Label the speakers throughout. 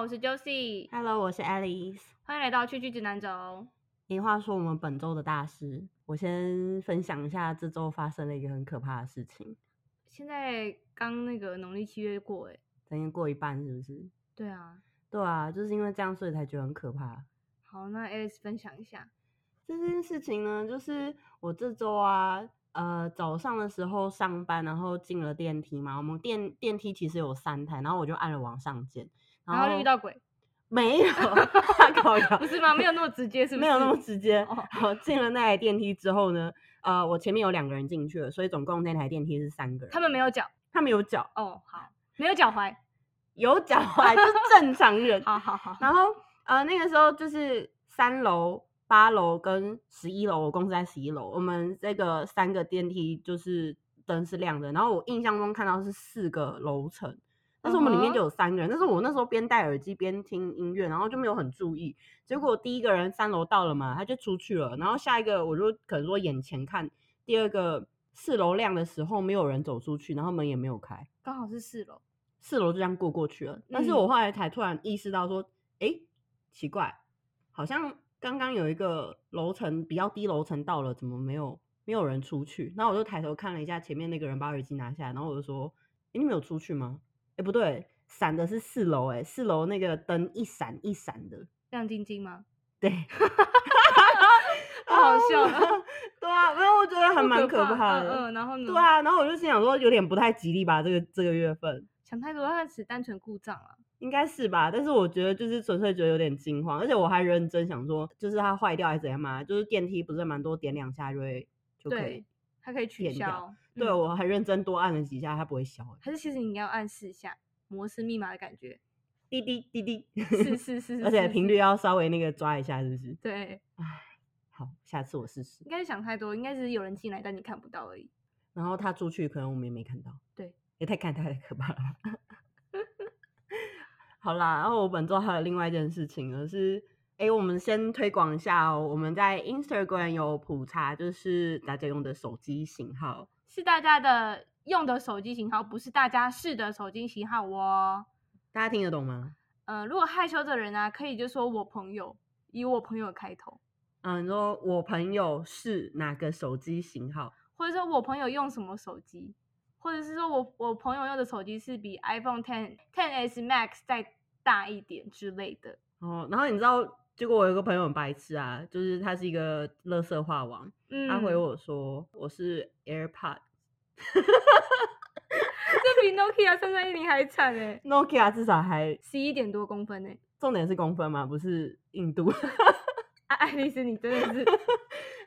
Speaker 1: 我是 Josie，
Speaker 2: Hello，我是 Alice。
Speaker 1: 欢迎来到去去指南轴。
Speaker 2: 一话说我们本周的大事，我先分享一下这周发生了一个很可怕的事情。
Speaker 1: 现在刚那个农历七月过，哎，
Speaker 2: 曾经过一半是不是？
Speaker 1: 对啊。
Speaker 2: 对啊，就是因为这样，所以才觉得很可怕。
Speaker 1: 好，那 Alice 分享一下。
Speaker 2: 这件事情呢，就是我这周啊，呃，早上的时候上班，然后进了电梯嘛，我们电电梯其实有三台，然后我就按了往上键，
Speaker 1: 然后就遇到鬼，
Speaker 2: 没有，搞搞
Speaker 1: 不是吗？没有那么直接，是不是？
Speaker 2: 没有那么直接
Speaker 1: 哦。
Speaker 2: 我进了那台电梯之后呢，呃，我前面有两个人进去了，所以总共那台电梯是三个人。
Speaker 1: 他们没有脚
Speaker 2: 他们有脚，
Speaker 1: 哦，好，没有脚 踝，
Speaker 2: 有脚踝就是正常人。
Speaker 1: 好好好，
Speaker 2: 然后呃，那个时候就是三楼、八楼跟十一楼，我公司在十一楼，我们这个三个电梯就是灯是亮的。然后我印象中看到是四个楼层，但是我们里面就
Speaker 1: 嗯
Speaker 2: 有三个人。但是我那时候边戴耳机边听音乐，然后就没有很注意。结果第一个人三楼到了嘛，他就出去了。然后下一个我就可能说眼前看第二个四楼亮的时候，没有人走出去，然后门也没有开。
Speaker 1: 刚好是四楼，
Speaker 2: 四楼就这样过过去了。但是我后来才突然意识到说，诶，奇怪，好像刚刚有一个楼层比较低楼层到了，怎么没有没有人出去？然后我就抬头看了一下，前面那个人把耳机拿下来，然后我就说，诶，你们有出去吗？诶，不对，闪的是四楼，诶，四楼那个灯一闪一闪的，
Speaker 1: 亮晶晶 吗？
Speaker 2: 对，
Speaker 1: 太好笑了，
Speaker 2: 对啊，没有，我觉得还
Speaker 1: 好
Speaker 2: 蛮可怕
Speaker 1: 嗯
Speaker 2: 的。
Speaker 1: 嗯，然后呢？
Speaker 2: 对，啊，然后我就心想说，有点不太吉利吧，这个这个月份。
Speaker 1: 想太多，他只是单纯故障啊了。
Speaker 2: 应该是吧，但是我觉得就是纯粹觉得有点惊慌，而且我还认真想说，就是它坏掉还是怎样嘛，就是电梯不是蛮多，点两下就会就可以
Speaker 1: 对。，它可以取
Speaker 2: 变掉
Speaker 1: 消。
Speaker 2: 对，
Speaker 1: 嗯
Speaker 2: 我还认真多按了几下，它不会消欸。
Speaker 1: 还是其实你要按四下摩斯密码的感 觉，
Speaker 2: 滴滴滴 滴，
Speaker 1: 是是是，
Speaker 2: 而且
Speaker 1: 是
Speaker 2: 频
Speaker 1: 是
Speaker 2: 率要稍微那个抓一下，是不是？
Speaker 1: 对，
Speaker 2: 好，下次我试试
Speaker 1: 应。该是想太多，应该只是有人进来，但你看不到而已。
Speaker 2: 然后它出去，可能我们也没看到。
Speaker 1: 对，
Speaker 2: 也太看太可怕了。 好啦，然后我本周还有另外一件事情，而是诶，我们先推广一下哦，我们在 Instagram 有普查，就是大家用的手机型号。
Speaker 1: 是大家的用的手机型号，不是大家试的手机型号哦。
Speaker 2: 大家听得懂吗？
Speaker 1: 呃，如果害羞的人啊，可以就说我朋友，以我朋友开头，
Speaker 2: 嗯，你说我朋友是哪个手机型号？
Speaker 1: 或者说我朋友用什么手机，或者是说我我朋友用的手机是比 iPhone Ten Ten S Max 再大一点之类的。
Speaker 2: 哦，然后你知道，结果我有个朋友很白痴啊，就是他是一个乐色话王，
Speaker 1: 嗯，
Speaker 2: 他回我说我是 AirPod。
Speaker 1: 这比 Nokia 三三一零还惨哎、
Speaker 2: Nokia 至少还
Speaker 1: 十一点多公分哎、
Speaker 2: 重点是公分嘛，不是硬度，
Speaker 1: 啊，爱丽丝，你真的是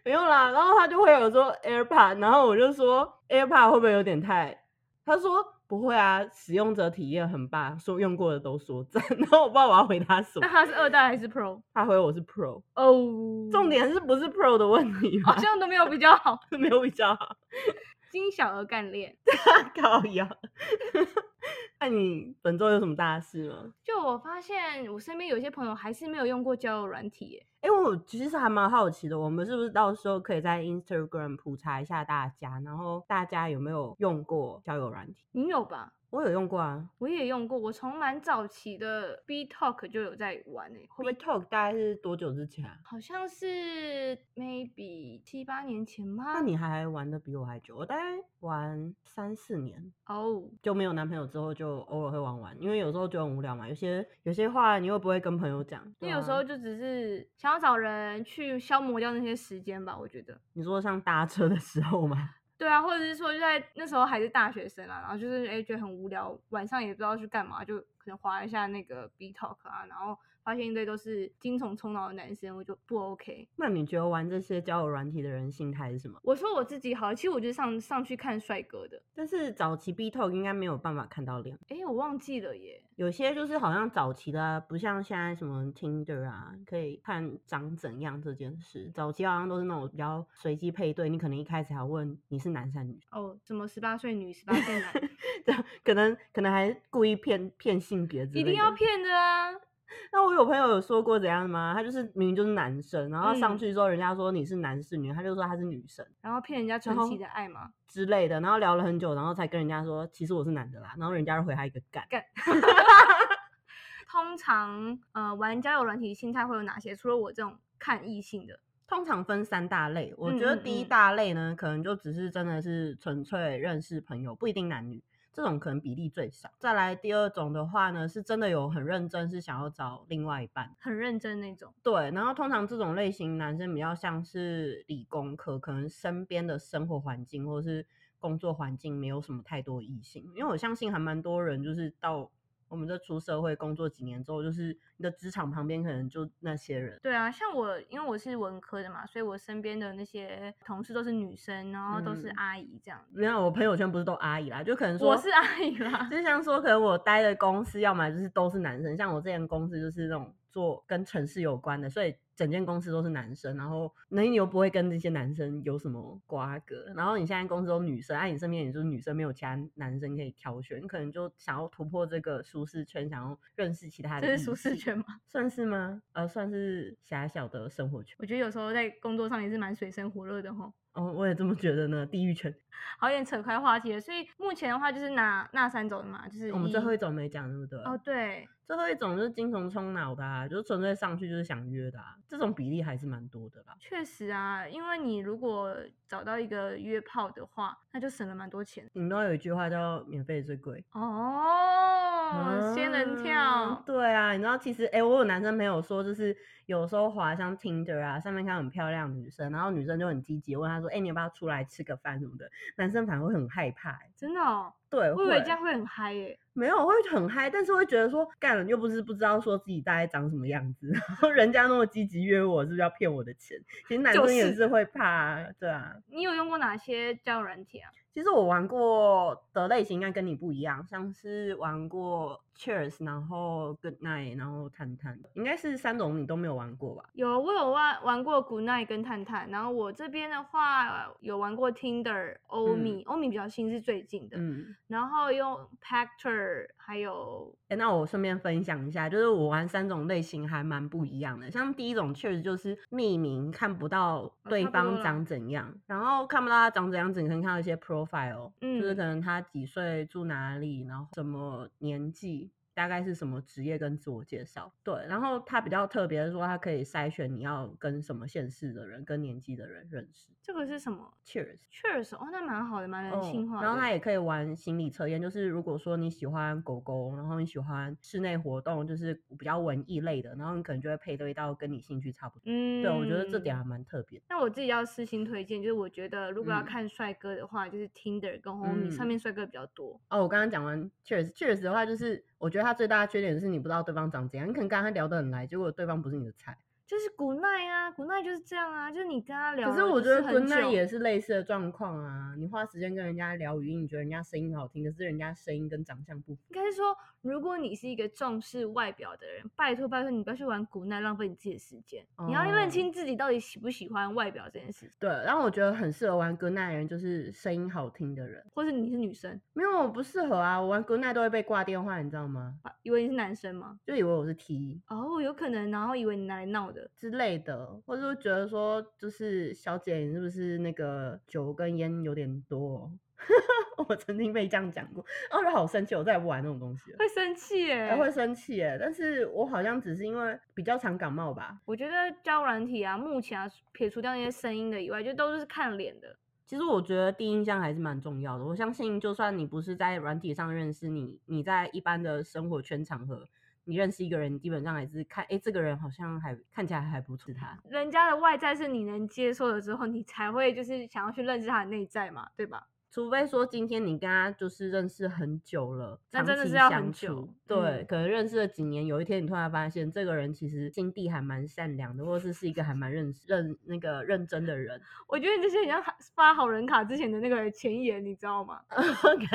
Speaker 2: 没有啦。然后他就会有说 AirPod，然后我就说 AirPod 会不会有点太？他说不会啊，使用者体验很棒，说用过的都说赞。 然后我不知道我要回他什
Speaker 1: 那
Speaker 2: 么，
Speaker 1: 它是二代还是 Pro？
Speaker 2: 他回我是 Pro，
Speaker 1: 哦，
Speaker 2: 重点是不是 Pro 的问题吧
Speaker 1: 好？像都没有比较好，
Speaker 2: 没有比较好，
Speaker 1: 金小鹅干练。
Speaker 2: 靠腰。 那你本周有什么大事吗？
Speaker 1: 就我发现我身边有一些朋友还是没有用过交友软体耶，
Speaker 2: 哎、我其实还蛮好奇的，我们是不是到时候可以在 Instagram 普查一下大家，然后大家有没有用过交友软体？
Speaker 1: 你有吧？
Speaker 2: 我有用过啊
Speaker 1: 我也用过，我从蛮早期的 B Talk 就有在玩诶，会不
Speaker 2: ，B
Speaker 1: 会
Speaker 2: Talk 大概是多久之前啊？
Speaker 1: 好像是 maybe 七八年前吗
Speaker 2: 那？你还玩的比我还久，我大概玩三四年，
Speaker 1: 哦，
Speaker 2: 就没有男朋友之后就偶尔会玩玩，因为有时候就很无聊嘛，有些有些话你又不会跟朋友讲，
Speaker 1: 那
Speaker 2: 对
Speaker 1: 有时候
Speaker 2: 啊
Speaker 1: 就只是想要找人去消磨掉那些时间吧，我觉得。
Speaker 2: 你说像搭车的时候嘛，
Speaker 1: 对啊，或者是说就在那时候还是大学生啊，然后就是哎、诶觉得很无聊，晚上也不知道去干嘛，就可能划一下那个 B Talk 啊，然后发现一堆都是精虫充脑的男生，我就不 OK。
Speaker 2: 那你觉得玩这些交友软体的人心态是什么？
Speaker 1: 我说我自己好了，其实我就是上上去看帅哥的，
Speaker 2: 但是早期 B Talk 应该没有办法看到脸，
Speaker 1: 哎、我忘记了耶，
Speaker 2: 有些就是好像早期的啊、不像现在什么 Tinder 啊，可以看长怎样这件事，早期好像都是那种比较随机配对，你可能一开始还问你是男生还是女生。
Speaker 1: 哦，什么十八岁女、十八岁男，
Speaker 2: 对，可能可能还故意骗骗性别之类
Speaker 1: 一
Speaker 2: 的。
Speaker 1: 定要。骗的啊，
Speaker 2: 那我有朋友有说过怎样吗？他就是明明就是男生，然后上
Speaker 1: 嗯
Speaker 2: 去之后人家说你是男是女，他就说他是女生
Speaker 1: 然后骗人家纯
Speaker 2: 后
Speaker 1: 情的爱嘛，
Speaker 2: 之类的，然后聊了很久，然后才跟人家说其实我是男的啦，然后人家就回他一个干。
Speaker 1: 通常呃玩交友软体心态会有哪些？除了我这种看异性的，
Speaker 2: 通常分三大类，我觉
Speaker 1: 嗯
Speaker 2: 得
Speaker 1: 嗯
Speaker 2: 第一
Speaker 1: 嗯
Speaker 2: 大类呢，可能就只是真的是纯粹认识朋友，不一定男女，这种可能比例最少。再来第二种的话呢，是真的有很认真是想要找另外一半，
Speaker 1: 很认真那种。
Speaker 2: 对。然后通常这种类型男生比较像是理工科，可能身边的生活环境或是工作环境没有什么太多异性，因为我相信还蛮多人就是到。我们这出社会工作几年之后，就是你的职场旁边可能就那些人，
Speaker 1: 对啊，像我，因为我是文科的嘛，所以我身边的那些同事都是女生，然后都是
Speaker 2: 嗯
Speaker 1: 阿姨这样。
Speaker 2: 你看我朋友圈不是都阿姨啦，就可能说
Speaker 1: 我是阿姨啦，
Speaker 2: 就像说，可能我待的公司要么就是都是男生，像我之前公司就是那种做跟城市有关的，所以整间公司都是男生，然后那你又不会跟这些男生有什么瓜葛，然后你现在公司都女生，哎、你身边也就是女生，没有其他男生可以挑选，你可能就想要突破这个舒适圈，想要认识其他的，
Speaker 1: 这是舒适圈吗？
Speaker 2: 算是吗？呃，算是狭小的生活圈，
Speaker 1: 我觉得有时候在工作上也是蛮水深火热的吼，
Speaker 2: 哦，我也这么觉得呢，地狱圈。
Speaker 1: 好有点扯开话题了。所以目前的话就是哪那三种嘛，就是
Speaker 2: 我们最后一
Speaker 1: 一
Speaker 2: 种没讲，对不对？
Speaker 1: 哦对，
Speaker 2: 最后一种就是精虫冲脑的、啊，就是纯粹上去就是想约的、啊，这种比例还是蛮多的啦。
Speaker 1: 确实啊，因为你如果找到一个约炮的话，那就省了蛮多钱
Speaker 2: 你们都有一句话叫“免费最贵
Speaker 1: 哦”，。仙人
Speaker 2: 啊
Speaker 1: 跳，
Speaker 2: 对啊，你知道其实，哎、我有男生朋友说，就是有时候滑像 Tinder 啊，上面看到很漂亮的女生，然后女生就很积极，问他说：“哎、你要不要出来吃个饭什么的？”男生反而会很害怕、欸。
Speaker 1: 真的哦，
Speaker 2: 对，
Speaker 1: 我以为
Speaker 2: 会
Speaker 1: 这样会很嗨耶、
Speaker 2: 没有会很嗨，但是会觉得说干了又不是不知道说自己大概长什么样子，然后人家那么积极约我，是不是要骗我的钱？其实男
Speaker 1: 就
Speaker 2: 生也
Speaker 1: 是
Speaker 2: 是会怕、啊，对啊。
Speaker 1: 你有用过哪些交友软体啊？
Speaker 2: 其实我玩过的类型应该跟你不一样，像是玩过 Cheers，然后 Good Night，然后探探，应该是三种你都没有玩过吧？
Speaker 1: 有，我有玩玩过 Good Night 跟探探，然后我这边的话有玩过 Tinder、欧
Speaker 2: 嗯
Speaker 1: 米、欧米比较新是最近的，
Speaker 2: 嗯，
Speaker 1: 然后用 Pactor，还有
Speaker 2: 诶那我顺便分享一下，就是我玩三种类型还蛮不一样的。像第一种确实就是匿名，看不到对
Speaker 1: 哦差不多
Speaker 2: 方
Speaker 1: 啦
Speaker 2: 长怎样，然后看不到他长怎样，只能看到一些 profile，、就是
Speaker 1: 嗯
Speaker 2: 可能他几岁、住哪里，然后什么年纪。大概是什么职业跟自我介绍？对，然后他比较特别的是说，他可以筛选你要跟什么县市的人、跟年纪的人认识。
Speaker 1: 这个是什么
Speaker 2: Cheers。
Speaker 1: ？Cheers 哦，那蛮好的，蛮人
Speaker 2: 哦
Speaker 1: 性化的。
Speaker 2: 然后它也可以玩心理测验，就是如果说你喜欢狗狗，然后你喜欢室内活动，就是比较文艺类的，然后你可能就会配对到跟你兴趣差不多。
Speaker 1: 嗯，
Speaker 2: 对，我觉得这点还蛮特别的。
Speaker 1: 那我自己要私心推荐，就是我觉得如果要
Speaker 2: 嗯
Speaker 1: 看帅哥的话，就是 Tinder 跟 Homie、上
Speaker 2: 嗯
Speaker 1: 面帅哥比较多。
Speaker 2: 哦，我刚刚讲完 Cheers，Cheers 的话，就是我觉得它最大的缺点是你不知道对方长怎样，你可能跟他聊得很来，结果对方不是你的菜。
Speaker 1: 就是 Good Night 啊，Good Night 就是这样啊，就是你跟他聊
Speaker 2: 可
Speaker 1: 了就是是
Speaker 2: 我觉得 Good
Speaker 1: 很
Speaker 2: Night
Speaker 1: 久
Speaker 2: 也是类似的状况啊，你花时间跟人家聊语音，你觉得人家声音好听，可是人家声音跟长相不符。
Speaker 1: 应该是说，如果你是一个重视外表的人，拜托拜托，你不要去玩 Good Night，浪费你自己的时间。你要认
Speaker 2: 哦
Speaker 1: 清自己到底喜不喜欢外表这件事情，
Speaker 2: 对，然后我觉得很适合玩 Good Night 的人就是声音好听的人。
Speaker 1: 或是你是女生，
Speaker 2: 没有，我不适合啊！我玩 Good Night 都会被挂电话，你知道吗？
Speaker 1: 啊以为你是男生吗？
Speaker 2: 就以为我是 T
Speaker 1: 哦，有可能，然后以为你拿来闹的。
Speaker 2: 之类的，或者说觉得说，就是小姐，你是不是那个酒跟烟有点多 哦、我曾经被这样讲过，然后就好生气，我再也不玩那种东西了，
Speaker 1: 会生气耶、
Speaker 2: 还呃会生气耶！但是我好像只是因为比较常感冒吧。
Speaker 1: 我觉得交友软体啊，目前啊，撇除掉那些声音的以外，就都是看脸的。
Speaker 2: 其实我觉得第一印象还是蛮重要的。我相信，就算你不是在软体上认识你，你在一般的生活圈场合，你认识一个人，基本上还是看，哎，这个人好像还看起来还不错，他。
Speaker 1: 人家的外在是你能接受了之后，你才会就是想要去认识他的内在嘛，对吧？
Speaker 2: 除非说今天你跟他就是认识很久了，
Speaker 1: 那
Speaker 2: 长
Speaker 1: 真的
Speaker 2: 期
Speaker 1: 是要很
Speaker 2: 相
Speaker 1: 久
Speaker 2: 处对，
Speaker 1: 嗯
Speaker 2: 可能认识了几年，有一天你突然发现这个人其实心地还蛮善良的，或者是是一个还蛮认认那个认真的人。
Speaker 1: 我觉得你这些很像哈发好人卡之前的那个前言，你知道吗？
Speaker 2: OK，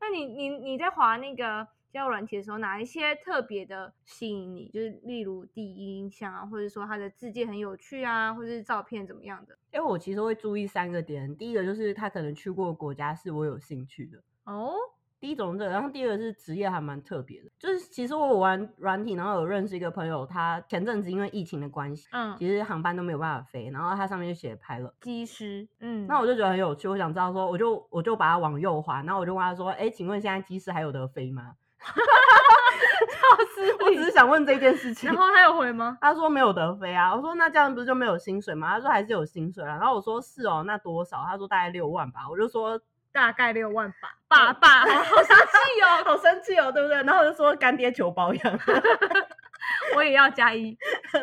Speaker 1: 那你你你在滑那个交友软体的时候，哪一些特别的吸引你？就是例如第一印象啊，或者说他的字界很有趣啊，或者是照片怎么样的？
Speaker 2: 因为我其实会注意三个点，第一个就是他可能去过的国家是我有兴趣的。
Speaker 1: 哦，
Speaker 2: 第一种是这个，然后第二个是职业还蛮特别的，就是其实我玩软体，然后有认识一个朋友，他前阵子因为疫情的关系，
Speaker 1: 嗯，
Speaker 2: 其实航班都没有办法飞，然后他上面就写拍了。
Speaker 1: 机师，嗯，
Speaker 2: 那我就觉得很有趣，我想知道说，我就我就把它往右滑，然后我就问他说：“哎、请问现在机师还有得飞吗？”
Speaker 1: 笑死
Speaker 2: 我只是想问这件事情
Speaker 1: 然。后他有回吗？
Speaker 2: 他说没有得飞啊，我说那这样不是就没有薪水吗？他说还是有薪水啊。然后我说是哦，那多少？他说大概六万吧。我就 说
Speaker 1: 大概六万吧，爸爸， 好生气哦！
Speaker 2: 好生气哦，对不对？然后我就说干爹求包养，
Speaker 1: 我也要加一。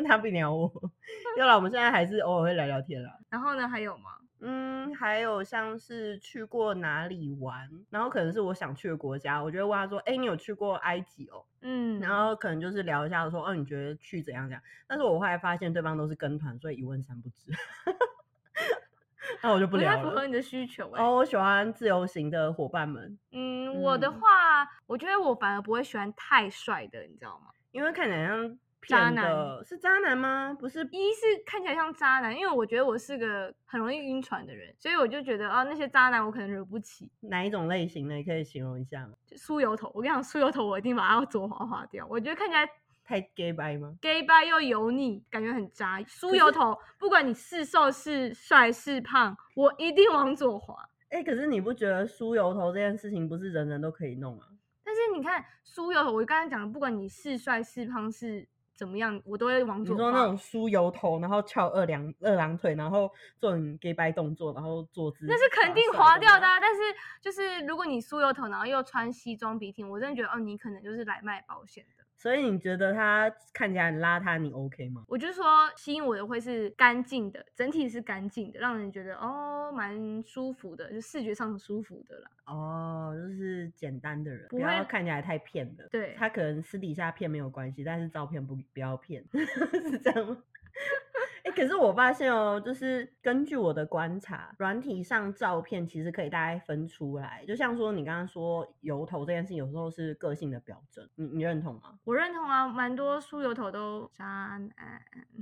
Speaker 2: 他不鸟我。要了，我们现在还是偶尔会聊聊天啦。
Speaker 1: 然后呢，还有吗？
Speaker 2: 嗯，还有像是去过哪里玩，然后可能是我想去的国家，我就会问他说：“哎、你有去过埃及哦？”
Speaker 1: 嗯，
Speaker 2: 然后可能就是聊一下说：“哦，你觉得去怎样怎样？”但是我后来发现对方都是跟团，所以一问三不知，那我就不
Speaker 1: 不太
Speaker 2: 聊
Speaker 1: 符合
Speaker 2: 了。
Speaker 1: 你的需求哎、
Speaker 2: 哦，我喜欢自由行的伙伴们，
Speaker 1: 嗯，我的
Speaker 2: 嗯
Speaker 1: 话，我觉得我反而不会喜欢太帅的，你知道吗？
Speaker 2: 因为看起来像
Speaker 1: 渣男
Speaker 2: 骗的是渣男吗？不是，
Speaker 1: 一是看起来像渣男，因为我觉得我是个很容易晕船的人，所以我就觉得啊，那些渣男我可能惹不起。
Speaker 2: 哪一种类型呢？你可以形容一下吗？
Speaker 1: 就梳油头，我跟你讲，梳油头我一定把它左滑滑掉。我觉得看起来
Speaker 2: 太 gay bye 吗？
Speaker 1: gay 吧又油腻，感觉很渣。梳
Speaker 2: 是
Speaker 1: 油头，不管你是瘦是帅是胖，我一定往左滑。
Speaker 2: 哎、可是你不觉得梳油头这件事情不是人人都可以弄啊吗？
Speaker 1: 但是你看梳油头，我刚才讲的，不管你是帅是胖是怎么样，我都会往
Speaker 2: 你
Speaker 1: 左
Speaker 2: 说那
Speaker 1: 滑
Speaker 2: 种。梳油头，然后翘二郎二郎腿，然后做很 gay 掰动作，然后坐姿，
Speaker 1: 那是肯定划掉的、啊，但是就是如果你梳油头，然后又穿西装笔挺，我真的觉得哦，你可能就是来卖保险的。
Speaker 2: 所以你觉得他看起来很邋遢，你 OK 吗？
Speaker 1: 我就说吸引我的会是干净的，整体是干净的，让人觉得哦蛮舒服的，就视觉上很舒服的啦。
Speaker 2: 哦，就是简单的人，
Speaker 1: 不
Speaker 2: 不要
Speaker 1: 会
Speaker 2: 看起来太骗了。
Speaker 1: 对
Speaker 2: 他可能私底下骗没有关系，但是照片不不要骗， 是这样吗？ 哎、可是我发现哦，就是根据我的观察，软体上照片其实可以大概分出来。就像说你刚刚说油头这件事情，有时候是个性的表征，你你认同吗？
Speaker 1: 我认同啊，蛮多梳油头都渣男。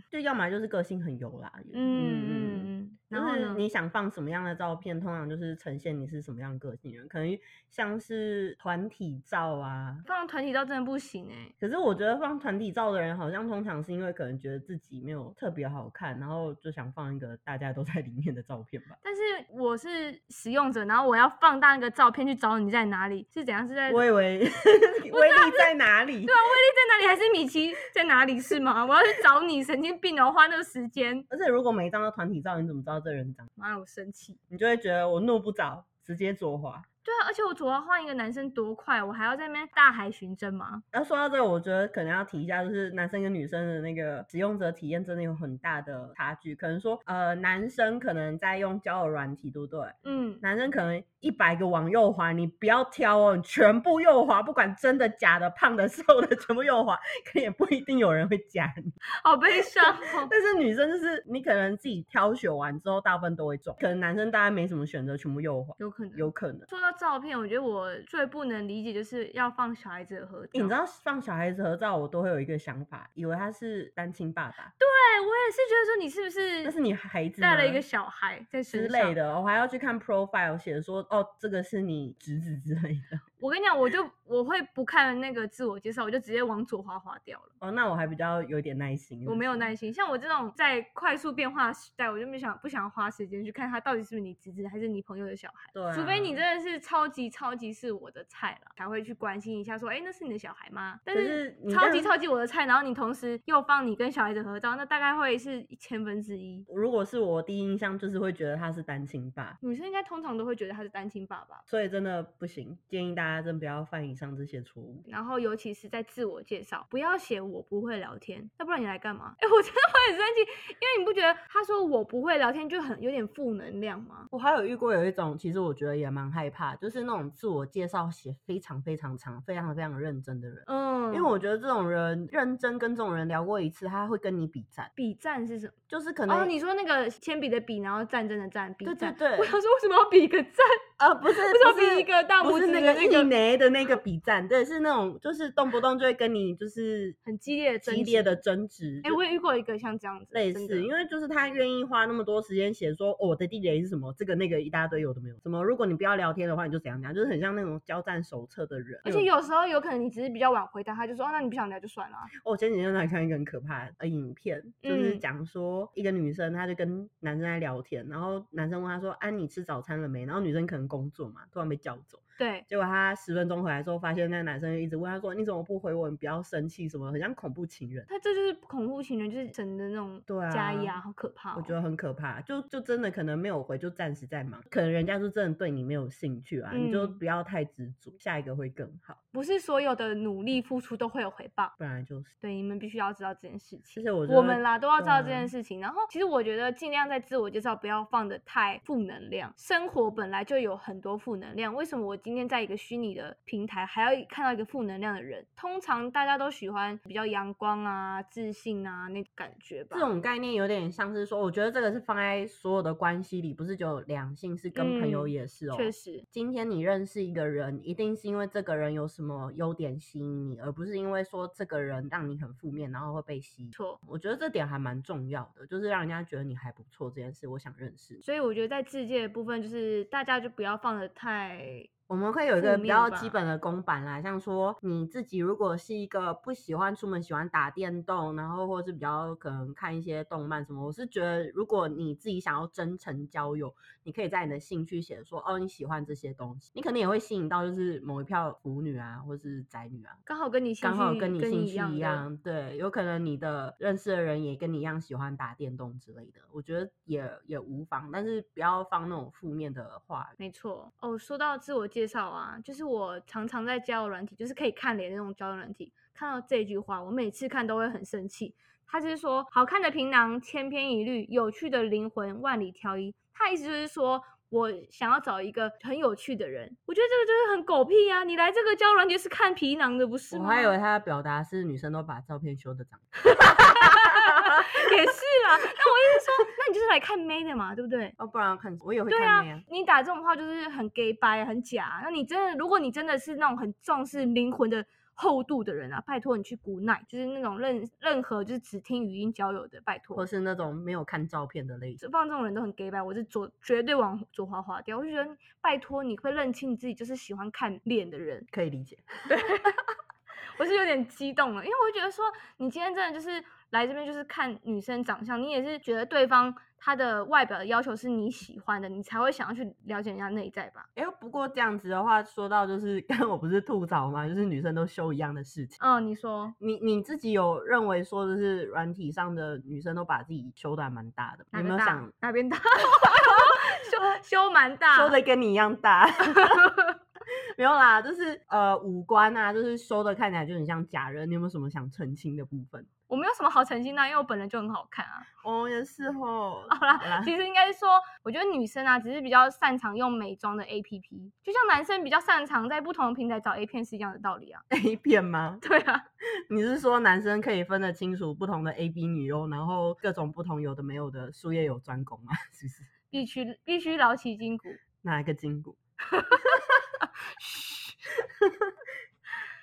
Speaker 2: 就要么就是个性很油啦，
Speaker 1: 嗯嗯嗯，然后
Speaker 2: 就是
Speaker 1: 呢？
Speaker 2: 你想放什么样的照片，通常就是呈现你是什么样的个性的人，可能像是团体照啊。
Speaker 1: 放团体照真的不行哎、
Speaker 2: 可是我觉得放团体照的人，好像通常是因为可能觉得自己没有特别好看，然后就想放一个大家都在里面的照片吧。
Speaker 1: 但是我是使用者，然后我要放大那个照片去找你在哪里，是怎样？是在
Speaker 2: 我以为威力在哪里
Speaker 1: 对？啊，威力在哪里？还是米奇在哪里？是吗？我要去找你，神经病哦！花那个时间，
Speaker 2: 而且如果每一张都团体照，你怎么知道这人长？
Speaker 1: 妈，我生气。
Speaker 2: 你就会觉得我怒不着，直接左滑。
Speaker 1: 对啊，而且我主要换一个男生多快，我还要在那边大海寻针吗？
Speaker 2: 那说到这个，我觉得可能要提一下，就是男生跟女生的那个使用者体验真的有很大的差距。可能说，呃，男生可能在用交友软体，对不对？
Speaker 1: 嗯，
Speaker 2: 男生可能一百个往右滑，你不要挑哦，你全部右滑，不管真的假的、胖的瘦的，全部右滑，可能也不一定有人会加你。
Speaker 1: 好悲伤哦。
Speaker 2: 但是女生就是你可能自己挑选完之后，大部分都会中，可能男生大概没什么选择，全部右滑，
Speaker 1: 有可能。
Speaker 2: 有可能。
Speaker 1: 说到照片，我觉得我最不能理解就是要放小孩子的合照。
Speaker 2: 欸你知？道放小孩子合照，我都会有一个想法，以为他是单亲爸爸。
Speaker 1: 对，我也是觉得说你是不是？
Speaker 2: 那是你孩子
Speaker 1: 带了一
Speaker 2: 吗
Speaker 1: 个小孩在身
Speaker 2: 之
Speaker 1: 上
Speaker 2: 类。的，我还要去看 profile 写说哦，这个是你侄子之类的。
Speaker 1: 我跟你讲，我就我会不看那个自我介绍，我就直接往左滑滑掉了。
Speaker 2: 哦，那我还比较有点耐心。
Speaker 1: 我没有
Speaker 2: 心。
Speaker 1: 耐心，像我这种在快速变化的时代，我就没想不想花时间去看他到底是不是你侄子还是你朋友的小孩。
Speaker 2: 对啊
Speaker 1: 除非你真的是超级超级是我的菜了，才会去关心一下说，哎、那是你的小孩吗？但
Speaker 2: 可
Speaker 1: 是
Speaker 2: 是你
Speaker 1: 超
Speaker 2: 这
Speaker 1: 级
Speaker 2: 样
Speaker 1: 超级我的菜，然后你同时又放你跟小孩子合照，那大概会是一千分之一。
Speaker 2: 如果是我第一印象，就是会觉得他是单亲爸，
Speaker 1: 女生应该通常都会觉得他是单亲爸爸，
Speaker 2: 所以真的不行，建议大家真不要犯以上这些错误。
Speaker 1: 然后尤其是在自我介绍，不要写我不会聊天，要不然你来干嘛？哎、 我真的会很生气，因为你不觉得他说我不会聊天就很有点负能量吗？
Speaker 2: 我还有遇过有一种，其实我觉得也蛮害怕，就是那种自我介绍写非常非常长、非常非常认真的人。
Speaker 1: 嗯，
Speaker 2: 因为我觉得这种人认真跟这种人聊过一次，他会跟你比战，
Speaker 1: 笔战是什么？
Speaker 2: 就是可能
Speaker 1: 哦，你说那个铅笔的笔，然后战争的战，笔
Speaker 2: 对
Speaker 1: 战。
Speaker 2: 对
Speaker 1: 我
Speaker 2: 对
Speaker 1: 想说为什么要比一个战？
Speaker 2: 啊，不 是
Speaker 1: 为什么比一个大
Speaker 2: 不
Speaker 1: 拇
Speaker 2: 是
Speaker 1: 指的
Speaker 2: 那
Speaker 1: 那
Speaker 2: 个一
Speaker 1: 个
Speaker 2: 枚的那个比战，对，是那种就是动不动就会跟你就是
Speaker 1: 很激烈的争
Speaker 2: 激烈
Speaker 1: 执
Speaker 2: 的争执。
Speaker 1: 哎、
Speaker 2: 就
Speaker 1: 我也遇过一个像这样子的，
Speaker 2: 类
Speaker 1: 真
Speaker 2: 似，
Speaker 1: 的
Speaker 2: 因为就是他愿意花那么多时间写说、哦我的地雷是什么，这个那个一大堆有的没有。什么如果你不要聊天的话，你就怎样怎样，就是很像那种交战手册的人。
Speaker 1: 而且
Speaker 2: 嗯
Speaker 1: 有时候有可能你只是比较晚回答，他就说哦，那你不想聊就算了啊。
Speaker 2: 哦我前几天才看一个很可怕的呃影片，就是
Speaker 1: 嗯
Speaker 2: 讲说一个女生，她就跟男生在聊天，然后男生问她说：“啊，你吃早餐了没？”然后女生可能工作嘛，突然被叫走，
Speaker 1: 对，
Speaker 2: 结果他十分钟回来之后，发现那个男生就一直问他说：“你怎么不回我？你不要生气什么的，很像恐怖情人。
Speaker 1: 他这就是恐怖情人，就是神的那种
Speaker 2: 对啊
Speaker 1: 加压，好可怕、哦。
Speaker 2: 我觉得很可怕，就就真的可能没有回，就暂时在忙，可能人家就真的对你没有兴趣啊，你就
Speaker 1: 嗯
Speaker 2: 不要太执着，下一个会更好，
Speaker 1: 不是所有的努力付出都会有回报，
Speaker 2: 不然就是。
Speaker 1: 对，你们必须要知道这件事
Speaker 2: 其
Speaker 1: 情。
Speaker 2: 实我觉得
Speaker 1: 我们啦都要知道这
Speaker 2: 对啊
Speaker 1: 件事情，然后其实我觉得尽量在自我介绍不要放的太负能量，生活本来就有很多负能量，为什么我今天在一个虚拟的平台还要看到一个负能量的人？通常大家都喜欢比较阳光啊、自信啊那感觉吧。
Speaker 2: 这种概念有点像是说，我觉得这个是放在所有的关系里，不是只有两性，是跟朋友
Speaker 1: 嗯
Speaker 2: 也是哦。
Speaker 1: 确实，
Speaker 2: 今天你认识一个人，一定是因为这个人有什么优点吸引你，而不是因为说这个人让你很负面，然后会被吸引。
Speaker 1: 错，
Speaker 2: 我觉得这点还蛮重要的，就是让人家觉得你还不错这件事，我想认识你。
Speaker 1: 所以我觉得在自介的部分，就是大家就不要放的太
Speaker 2: 我们会有一
Speaker 1: 负
Speaker 2: 个比
Speaker 1: 面
Speaker 2: 较
Speaker 1: 吧
Speaker 2: 基本的公版啦，像说你自己如果是一个不喜欢出门、喜欢打电动，然后或是比较可能看一些动漫什么，我是觉得如果你自己想要真诚交友，你可以在你的兴趣写说哦你喜欢这些东西，你可能也会吸引到就是某一票腐女啊，或是宅女啊，
Speaker 1: 刚好跟你兴
Speaker 2: 刚
Speaker 1: 趣
Speaker 2: 好跟你兴趣
Speaker 1: 一样
Speaker 2: 一
Speaker 1: 的
Speaker 2: 样，对，有可能你的认识的人也跟你一样喜欢打电动之类的，我觉得也也无妨，但是不要放那种负面的话语。
Speaker 1: 没错哦，说到自我介绍啊，就是我常常在交友软体，就是可以看脸那种交友软体，看到这句话，我每次看都会很生气。他就是说，好看的皮囊千篇一律，有趣的灵魂万里挑一。他的意思就是说我想要找一个很有趣的人，我觉得这个就是很狗屁啊！你来这个交友软体是看皮囊的，不是
Speaker 2: 我
Speaker 1: 吗？
Speaker 2: 还以为他的表达是女生都把照片修的长，
Speaker 1: 也是啦。那我意思说，那你就是来看妹的嘛，对不对？
Speaker 2: 哦，不然要看我也会
Speaker 1: 对
Speaker 2: 看
Speaker 1: 啊
Speaker 2: 妹啊。，
Speaker 1: 你打这种话就是很 gay 掰，很假啊。那你真的，如果你真的是那种很重视灵魂的厚度的人啊，拜托你去 Good night，就是那种任任何就是只听语音交友的，拜
Speaker 2: 或
Speaker 1: 托。
Speaker 2: 是那种没有看照片的类型，
Speaker 1: 这放这种人都很 gay 掰，我是左绝对往左滑滑掉。我就觉得，拜托你会认清你自己，就是喜欢看脸的人。
Speaker 2: 可以理解。
Speaker 1: 我是有点激动了，因为我会觉得说，你今天真的就是来这边就是看女生长相，你也是觉得对方她的外表的要求是你喜欢的，你才会想要去了解人家内在吧？
Speaker 2: 哎、不过这样子的话，说到就是刚刚我不是吐槽吗？就是女生都修一样的事情。
Speaker 1: 嗯，你说，
Speaker 2: 你你自己有认为说，就是软体上的女生都把自己修的还蛮大的吗，
Speaker 1: 哪个
Speaker 2: 你有没有
Speaker 1: 大
Speaker 2: 想
Speaker 1: 哪 边大？修修蛮大，
Speaker 2: 修的跟你一样大？没有啦，就是呃五官啊，就是修的看起来就很像假人。你有没有什么想澄清的部分？
Speaker 1: 我没有什么好澄清的啊，因为我本人就很好看啊。
Speaker 2: 哦，也是哦。
Speaker 1: 好啦，其实应该是说，我觉得女生啊，只是比较擅长用美妆的 A P P，就像男生比较擅长在不同的平台找 A 片是一样的道理啊。
Speaker 2: A 片吗？
Speaker 1: 对啊，
Speaker 2: 你是说男生可以分得清楚不同的 A B 女优，然后各种不同有的没有的术业有专攻吗？ 是不是？
Speaker 1: 必须必须劳其筋骨
Speaker 2: 哪一个筋骨？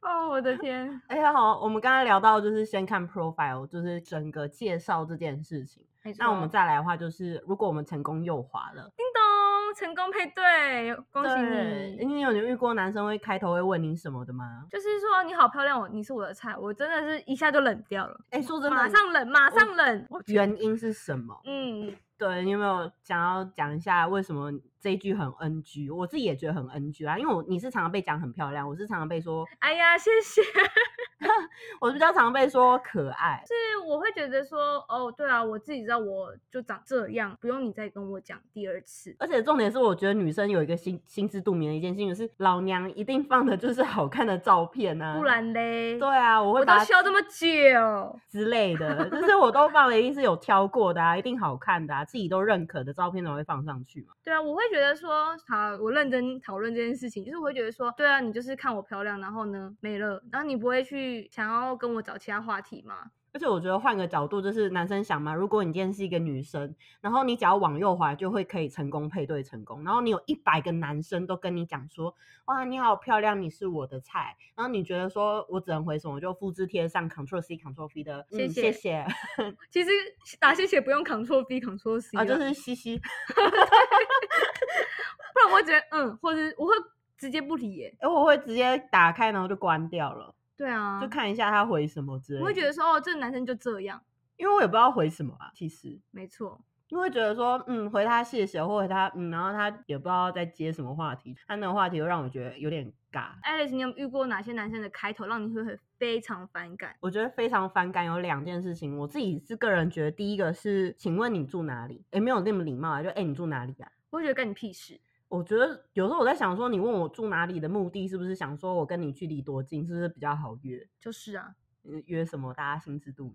Speaker 1: 哦，我的天，
Speaker 2: 哎呀，好，我们刚刚聊到就是先看 profile，就是整个介绍这件事情。
Speaker 1: 没
Speaker 2: 那我
Speaker 1: 错
Speaker 2: 们再来的话，就是如果我们成功右滑了，
Speaker 1: 叮咚，成功配对，恭喜
Speaker 2: 对
Speaker 1: 你。
Speaker 2: 你有遇过男生会开头会问你什么的吗？
Speaker 1: 就是说你好漂亮，哦我你是我的菜，我真的是一下就冷掉了，
Speaker 2: 哎，说真的，
Speaker 1: 马上冷，马
Speaker 2: 我
Speaker 1: 上冷。我觉得
Speaker 2: 原因是什么？
Speaker 1: 嗯，
Speaker 2: 对你有没有想要讲一下为什么这一句很 NG？我自己也觉得很 NG 啊，因为我你是常常被讲很漂亮，我是常常被说
Speaker 1: 哎呀，谢谢。
Speaker 2: 我比较常被说可爱，
Speaker 1: 是我会觉得说，哦，对啊，我自己知道我就长这样，不用你再跟我讲第二次。
Speaker 2: 而且重点是，我觉得女生有一个心心知肚明的一件事情是，老娘一定放的就是好看的照片啊，
Speaker 1: 不然嘞，
Speaker 2: 对啊，我
Speaker 1: 我
Speaker 2: 会
Speaker 1: 都
Speaker 2: 把
Speaker 1: 修这么久，
Speaker 2: 之类的，就是我都放了，一定是有挑过的啊，一定好看的啊，自己都认可的照片才会放上去嘛。
Speaker 1: 对啊，我会觉得说，好，我认真讨论这件事情，就是我会觉得说，对啊，你就是看我漂亮，然后呢没了，然后你不会去想要跟我找其他话题吗？
Speaker 2: 而且我觉得换个角度，就是男生想嘛，如果你今天是一个女生，然后你只要往右滑，就会可以成功配对成功。然后你有一百个男生都跟你讲说，哇，你好漂亮，你是我的菜。然后你觉得说我只能回什么，就复制贴上 Ctrl C Ctrl V 的，
Speaker 1: 谢
Speaker 2: 嗯
Speaker 1: 谢
Speaker 2: 谢谢
Speaker 1: 其实打谢谢不用 Ctrl B Ctrl C
Speaker 2: 啊，就
Speaker 1: 了
Speaker 2: 是嘻嘻。
Speaker 1: 不然我会觉得嗯，或者是我会直接不理耶。
Speaker 2: 哎，我会直接打开然后就关掉了，
Speaker 1: 对啊，
Speaker 2: 就看一下他回什么之类的。
Speaker 1: 我会觉得，说，哦，这男生就这样，
Speaker 2: 因为我也不知道回什么啊，其实。
Speaker 1: 没错。
Speaker 2: 因为觉得说，嗯，回他谢谢，或回他，嗯，然后他也不知道在接什么话题，他那个话题又让我觉得有点尬。
Speaker 1: Alex，你有遇过哪些男生的开头让你会很非常反感？
Speaker 2: 我觉得非常反感有两件事情，我自己是个人觉得，第一个是，请问你住哪里？也没有那么礼貌啊，就哎、诶你住哪里啊？
Speaker 1: 我会觉得干你屁事。
Speaker 2: 我觉得有时候我在想说，你问我住哪里的目的，是不是想说我跟你距离多近，是不是比较好约？
Speaker 1: 就是啊，
Speaker 2: 嗯约什么？大家心知肚明。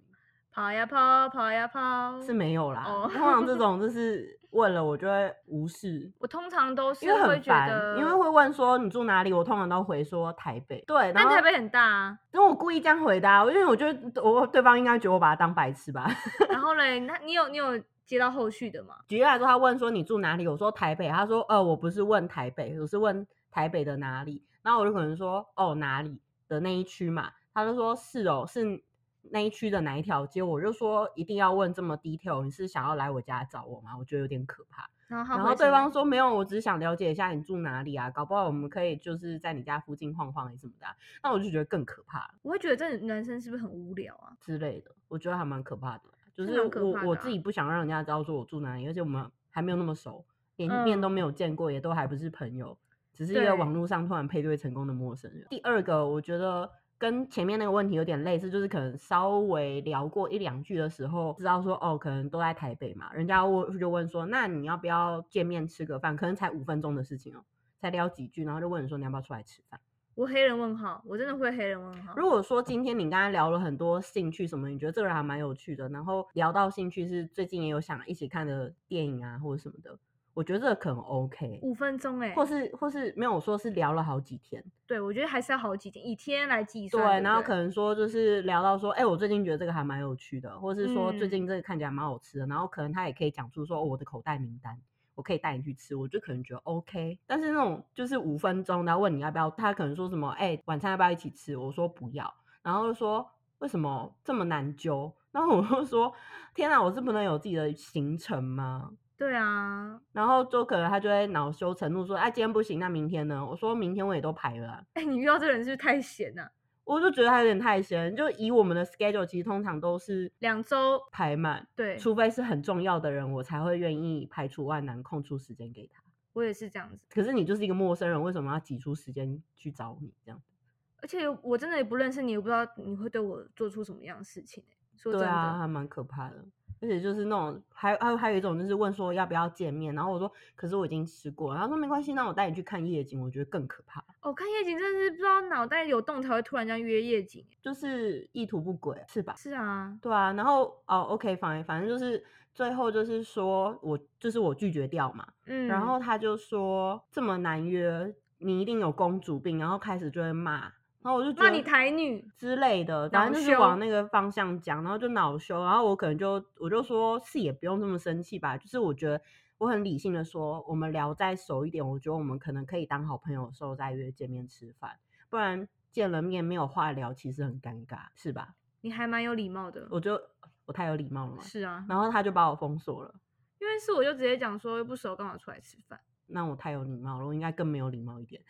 Speaker 1: 跑呀跑，跑呀跑。
Speaker 2: 是没有啦。
Speaker 1: 哦
Speaker 2: 通 常这种就是问了，我就会无视，
Speaker 1: 我通常都是
Speaker 2: 因为
Speaker 1: 会
Speaker 2: 很
Speaker 1: 觉得，
Speaker 2: 烦，因为会问说你住哪里，我通常都回说台北。对，然
Speaker 1: 但
Speaker 2: 后
Speaker 1: 台北很大啊。
Speaker 2: 因为我故意这样回答，因为我觉得我对方应该觉得我把他当白痴吧。
Speaker 1: 然后嘞，那你有你有接到后续的吗？
Speaker 2: 举例来说，他问说你住哪里，我说台北，他说呃我不是问台北，我是问台北的哪里，然后我就可能说哦哪里的那一区嘛，他就说是哦是那一区的哪一条街，我就说一定要问这么 detail，你是想要来我家找我吗？我觉得有点可怕。
Speaker 1: 然后他
Speaker 2: 然
Speaker 1: 回
Speaker 2: 后对
Speaker 1: 什么
Speaker 2: 方说没有，我只是想了解一下你住哪里啊，搞不好我们可以就是在你家附近晃晃什么的啊、那我就觉得更可怕了
Speaker 1: 我会觉得这男生是不是很无聊啊？
Speaker 2: 之类的，我觉得还蛮可怕的，就是是
Speaker 1: 蛮可
Speaker 2: 我
Speaker 1: 怕
Speaker 2: 我
Speaker 1: 的
Speaker 2: 自
Speaker 1: 啊
Speaker 2: 己不想让人家知道说我住哪里，而且我们还没有那么熟，连面都
Speaker 1: 嗯
Speaker 2: 没有见过，也都还不是朋友，只是一个
Speaker 1: 对
Speaker 2: 网络上突然配对成功的陌生人。第二个，我觉得。跟前面那个问题有点类似，就是可能稍微聊过一两句的时候，知道说哦，可能都在台北嘛，人家问就问说，那你要不要见面吃个饭？可能才五分钟的事情哦，才聊几句，然后就问你说你要不要出来吃饭。
Speaker 1: 我黑人问号，我真的会黑人问号。
Speaker 2: 如果说今天你跟他聊了很多兴趣什么，你觉得这个人还蛮有趣的，然后聊到兴趣是最近也有想一起看的电影啊或者什么的，我觉得这个可能 OK，
Speaker 1: 五分钟哎、
Speaker 2: 或是或是没有说是聊了好几天，
Speaker 1: 对我觉得还是要好几天，以天来计
Speaker 2: 对
Speaker 1: 算。对，，
Speaker 2: 然后可能说就是聊到说，哎、我最近觉得这个还蛮有趣的，或是说最
Speaker 1: 嗯
Speaker 2: 近这个看起来蛮好吃的，然后可能他也可以讲出说、哦我的口袋名单。我可以带你去吃，我就可能觉得 OK，但是那种就是五分钟，然后问你要不要，他可能说什么，哎、晚餐要不要一起吃？我说不要，然后就说为什么这么难揪？然后我就说，天啊，我是不能有自己的行程吗？
Speaker 1: 对啊，
Speaker 2: 然后就可能他就会恼羞成怒说，哎、今天不行，那明天呢？我说明天我也都排了啊、
Speaker 1: 哎、你遇到这个人是不是太闲啊了、
Speaker 2: 我就觉得他有点太闲。就以我们的 schedule，其实通常都是
Speaker 1: 两周
Speaker 2: 排满，
Speaker 1: 对，
Speaker 2: 除非是很重要的人，我才会愿意排除万难空出时间给他。
Speaker 1: 我也是这样子，
Speaker 2: 可是你就是一个陌生人，为什么要挤出时间去找你这样？
Speaker 1: 而且我真的也不认识你，我不知道你会对我做出什么样的事情、欸、说真
Speaker 2: 对
Speaker 1: 的，
Speaker 2: 啊，还蛮可怕的。而且就是那种，还还有还有一种就是问说要不要见面，然后我说可是我已经吃过了，他说没关系，那我带你去看夜景，我觉得更可怕，
Speaker 1: 哦，看夜景真的是不知道脑袋有洞才会突然这样约夜景、欸。
Speaker 2: 就是意图不轨，是吧？
Speaker 1: 是啊，
Speaker 2: 对啊，然后哦，OK，反正反正就是最后就是说我就是我拒绝掉嘛，
Speaker 1: 嗯，
Speaker 2: 然后他就说这么难约，你一定有公主病，然后开始就会骂，然后我就觉
Speaker 1: 骂你
Speaker 2: 得
Speaker 1: 台女
Speaker 2: 之类的，反
Speaker 1: 恼
Speaker 2: 正就是往
Speaker 1: 羞
Speaker 2: 那个方向讲，然后就恼羞，然后我可能就我就说是也不用这么生气吧，就是我觉得我很理性的说，我们聊再熟一点，我觉得我们可能可以当好朋友的时候再约见面吃饭，不然见了面没有话聊，其实很尴尬，是吧？
Speaker 1: 你还蛮有礼貌的。
Speaker 2: 我就我太有礼貌了嘛，
Speaker 1: 是啊，
Speaker 2: 然后他就把我封锁了，
Speaker 1: 因为是我就直接讲说又不熟，干嘛出来吃饭？
Speaker 2: 那我太有礼貌了，我应该更没有礼貌一点。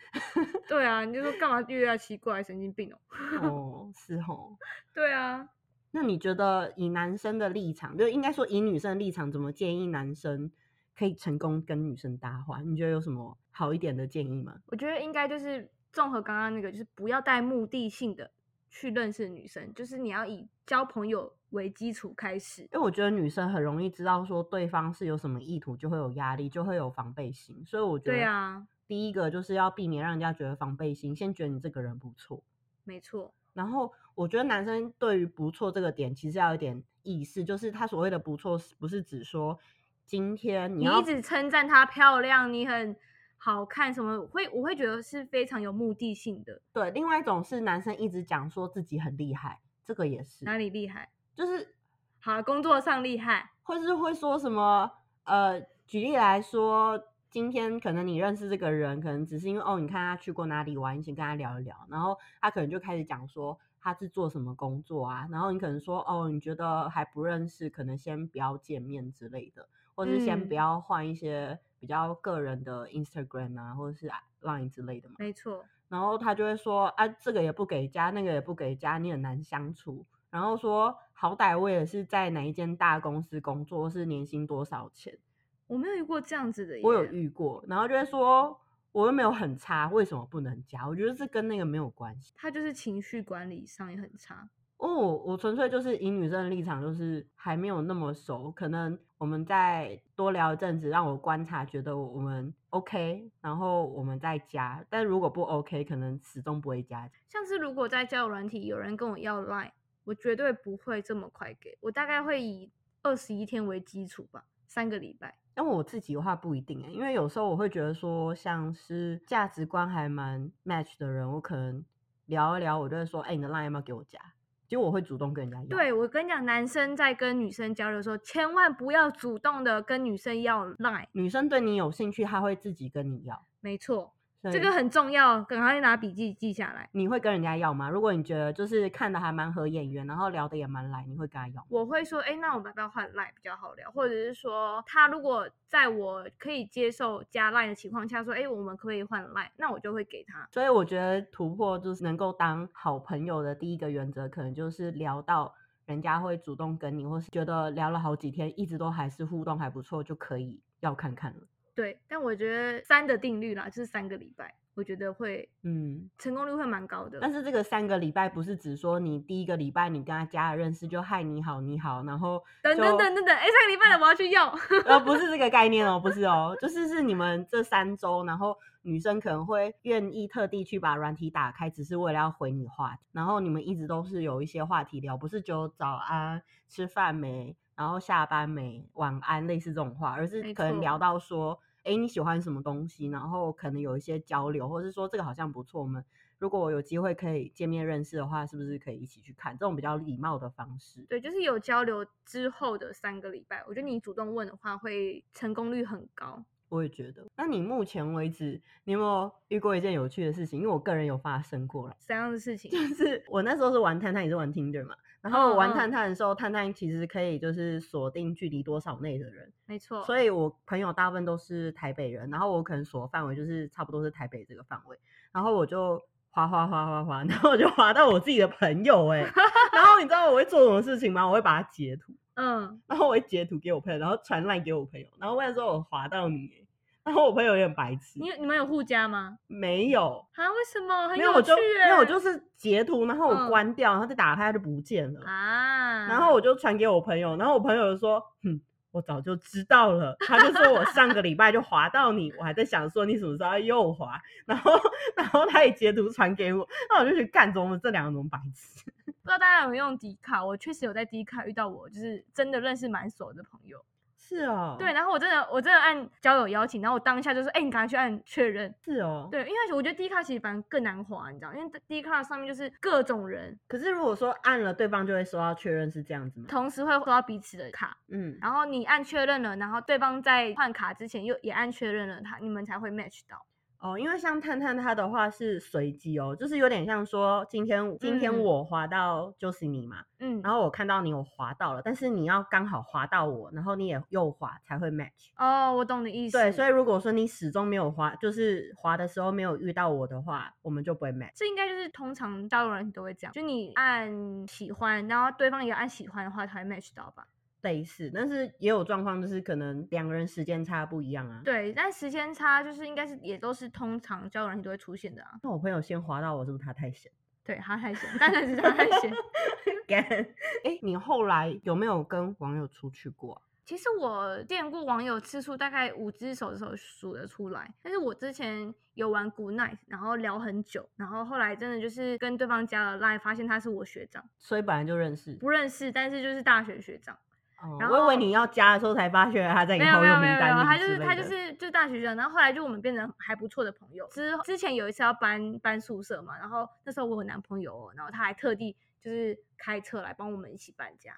Speaker 1: 对啊，你就说干嘛约啊？奇怪，神经病哦。
Speaker 2: 哦，是哦。
Speaker 1: 对啊，
Speaker 2: 那你觉得以男生的立场，就应该说以女生的立场，怎么建议男生可以成功跟女生搭话？你觉得有什么好一点的建议吗？
Speaker 1: 我觉得应该就是综合刚刚那个，就是不要带目的性的去认识女生，就是你要以交朋友为基础开始。
Speaker 2: 因为我觉得女生很容易知道说对方是有什么意图，就会有压力，就会有防备心。所以我觉
Speaker 1: 对
Speaker 2: 得，
Speaker 1: 啊，
Speaker 2: 第一个就是要避免让人家觉得防备心，先觉得你这个人不错。
Speaker 1: 没错，
Speaker 2: 然后我觉得男生对于不错这个点，其实要有点意识，就是他所谓的不错，不是指说今天你
Speaker 1: 你
Speaker 2: 要
Speaker 1: 一直称赞她漂亮，你很好看，什么会我会觉得是非常有目的性的，
Speaker 2: 对，另外一种是男生一直讲说自己很厉害，这个也是，
Speaker 1: 哪里厉害？
Speaker 2: 就是
Speaker 1: 好，工作上厉害，
Speaker 2: 或是会说什么呃，举例来说，今天可能你认识这个人，可能只是因为哦，你看他去过哪里玩，你先跟他聊一聊，然后他可能就开始讲说他是做什么工作啊，然后你可能说哦，你觉得还不认识，可能先不要见面之类的，或是先
Speaker 1: 嗯
Speaker 2: 不要换一些比较个人的 Instagram 啊，或者是 Line 之类的嘛。
Speaker 1: 没错，
Speaker 2: 然后他就会说啊，这个也不给加，那个也不给加，你很难相处。然后说好歹我也是在哪一间大公司工作，是年薪多少钱，
Speaker 1: 我没有遇过这样子的耶，
Speaker 2: 我有遇过，然后就会说我又没有很差，为什么不能加？我觉得这跟那个没有关系。
Speaker 1: 他就是情绪管理上也很差，
Speaker 2: 哦，我纯粹就是以女生的立场，就是还没有那么熟，可能我们再多聊一阵子，让我观察，觉得我们 OK，然后我们再加。但如果不 OK，可能始终不会加。
Speaker 1: 像是如果在交友软体有人跟我要 Line，我绝对不会这么快给，我大概会以二十一天为基础吧，三个礼拜。
Speaker 2: 但我自己的话不一定欸，因为有时候我会觉得说，像是价值观还蛮 match 的人，我可能聊一聊，我就会说，哎、你的 line 要不要给我加？结果我会主动跟人家要。
Speaker 1: 对我跟你讲，男生在跟女生交流的时候，千万不要主动的跟女生要 Line，
Speaker 2: 女生对你有兴趣，她会自己跟你要。
Speaker 1: 没错，
Speaker 2: 所
Speaker 1: 这
Speaker 2: 以
Speaker 1: 个很重要，赶快拿笔记记下来。
Speaker 2: 你会跟人家要吗？如果你觉得就是看的还蛮合眼缘，然后聊的也蛮来，你会跟他要吗？
Speaker 1: 我会说，哎，那我们要不要换 Line 比较好聊？或者是说，他如果在我可以接受加 Line 的情况下说，哎，我们可不可以换 Line？那我就会给他。
Speaker 2: 所以我觉得突破就是能够当好朋友的第一个原则，可能就是聊到人家会主动跟你，或是觉得聊了好几天，一直都还是互动还不错，就可以要看看了。
Speaker 1: 对，但我觉得三的定律啦，就是三个礼拜，我觉得会
Speaker 2: 嗯，
Speaker 1: 成功率会蛮高的。
Speaker 2: 但是这个三个礼拜不是只说你第一个礼拜你跟他加了认识就嗨你好你好，然后
Speaker 1: 等等
Speaker 2: 就
Speaker 1: 等等等，哎，上个礼拜的我要去 要。
Speaker 2: 呃，不是这个概念哦，不是哦，就是是你们这三周，然后女生可能会愿意特地去把软体打开，只是为了要回你话题，然后你们一直都是有一些话题聊，不是只有早安、吃饭没，然后下班没、晚安类似这种话，而是
Speaker 1: 没
Speaker 2: 可能聊
Speaker 1: 错
Speaker 2: 到说，哎，你喜欢什么东西，然后可能有一些交流，或是说这个好像不错，我们如果我有机会可以见面认识的话，是不是可以一起去看？这种比较礼貌的方式。
Speaker 1: 对，就是有交流之后的三个礼拜，我觉得你主动问的话，会成功率很高。
Speaker 2: 我也觉得。那你目前为止，你有没有遇过一件有趣的事情？因为我个人有发生过了，
Speaker 1: 怎样的事情？
Speaker 2: 就是我那时候是玩探探，也是玩 Tinder 嘛。然后我玩
Speaker 1: 嗯嗯
Speaker 2: 探探的时候，探探其实可以就是锁定距离多少内的人，
Speaker 1: 没错，
Speaker 2: 所以我朋友大部分都是台北人，然后我可能锁的范围就是差不多是台北这个范围，然后我就滑滑滑滑滑， 然后我就滑到我自己的朋友哎、 然后你知道我会做什么事情吗？我会把它截图，
Speaker 1: 嗯，
Speaker 2: 然后我会截图给我朋友，然后传烂给我朋友，然后问说我滑到你欸，然后我朋友有点白痴，
Speaker 1: 你你们有互加吗？
Speaker 2: 没有，
Speaker 1: 啊，为什么？很
Speaker 2: 没有我
Speaker 1: 有趣
Speaker 2: 就没有我
Speaker 1: 欸
Speaker 2: 就是截图，然后我
Speaker 1: 嗯
Speaker 2: 关掉，然后再打开它就不见了，
Speaker 1: 啊，
Speaker 2: 然后我就传给我朋友，然后我朋友就说，哼。我早就知道了，他就说我上个礼拜就滑到你，我还在想说你什么时候要右滑，然后然后他也截图传给我，那我就去干，怎么这两个怎么白痴？
Speaker 1: 不知道大家有没有用迪卡？我确实有在迪卡遇到我，就是真的认识蛮熟的朋友。
Speaker 2: 是哦，
Speaker 1: 对，，然后我真的我真的按交友邀请，然后我当下就是，哎、你赶快去按确认。
Speaker 2: 是哦，
Speaker 1: 对，因为我觉得 D 卡其实反而更难滑，你知道，因为 D 卡上面就是各种人
Speaker 2: 可是如果说按了，对方就会收到确认是这样子吗？
Speaker 1: 同时会收到彼此的卡，
Speaker 2: 嗯，
Speaker 1: 然后你按确认了，然后对方在换卡之前又也按确认了他，你们才会 match 到。
Speaker 2: 哦，因为像探探它的话是随机哦，就是有点像说今天今天
Speaker 1: 嗯
Speaker 2: 我滑到就是你嘛，
Speaker 1: 嗯，
Speaker 2: 然后我看到你有滑到了，但是你要刚好滑到我，然后你也右滑才会 match。
Speaker 1: 哦，我懂你意思。
Speaker 2: 对，所以如果说你始终没有滑，就是滑的时候没有遇到我的话，我们就不会 match。
Speaker 1: 这应该就是通常大陆人都会这样，就你按喜欢，然后对方也按喜欢的话才会 match 到吧？
Speaker 2: 类似，但是也有状况就是可能两个人时间差不一样啊。
Speaker 1: 对，但时间差就是应该是也都是通常交友软件都会出现的啊。
Speaker 2: 那我朋友先滑到我，是不是他太闲？
Speaker 1: 对，他太闲，当然是他太闲。
Speaker 2: 干，哎，你后来有没有跟网友出去过啊、
Speaker 1: 其实我见过网友次数大概五只手指头数得出来，但是我之前有玩 Good Night，然后聊很久，然后后来真的就是跟对方加了 Line，发现他是我学长，
Speaker 2: 所以本来就认识。
Speaker 1: 不认识，但是就是大学学长，
Speaker 2: 哦，
Speaker 1: 然
Speaker 2: 我以为
Speaker 1: 后
Speaker 2: 你要加的时候才发现他在你
Speaker 1: 没有
Speaker 2: 后
Speaker 1: 没
Speaker 2: 用
Speaker 1: 有没
Speaker 2: 名
Speaker 1: 有没
Speaker 2: 单
Speaker 1: 有，
Speaker 2: 里
Speaker 1: 他就
Speaker 2: 之
Speaker 1: 是
Speaker 2: 类
Speaker 1: 他就
Speaker 2: 的
Speaker 1: 是就是大学生，然后后来就我们变成还不错的朋友。之之前有一次要搬搬宿舍嘛，然后那时候我有男朋友哦、然后他还特地就是开车来帮我们一起搬家，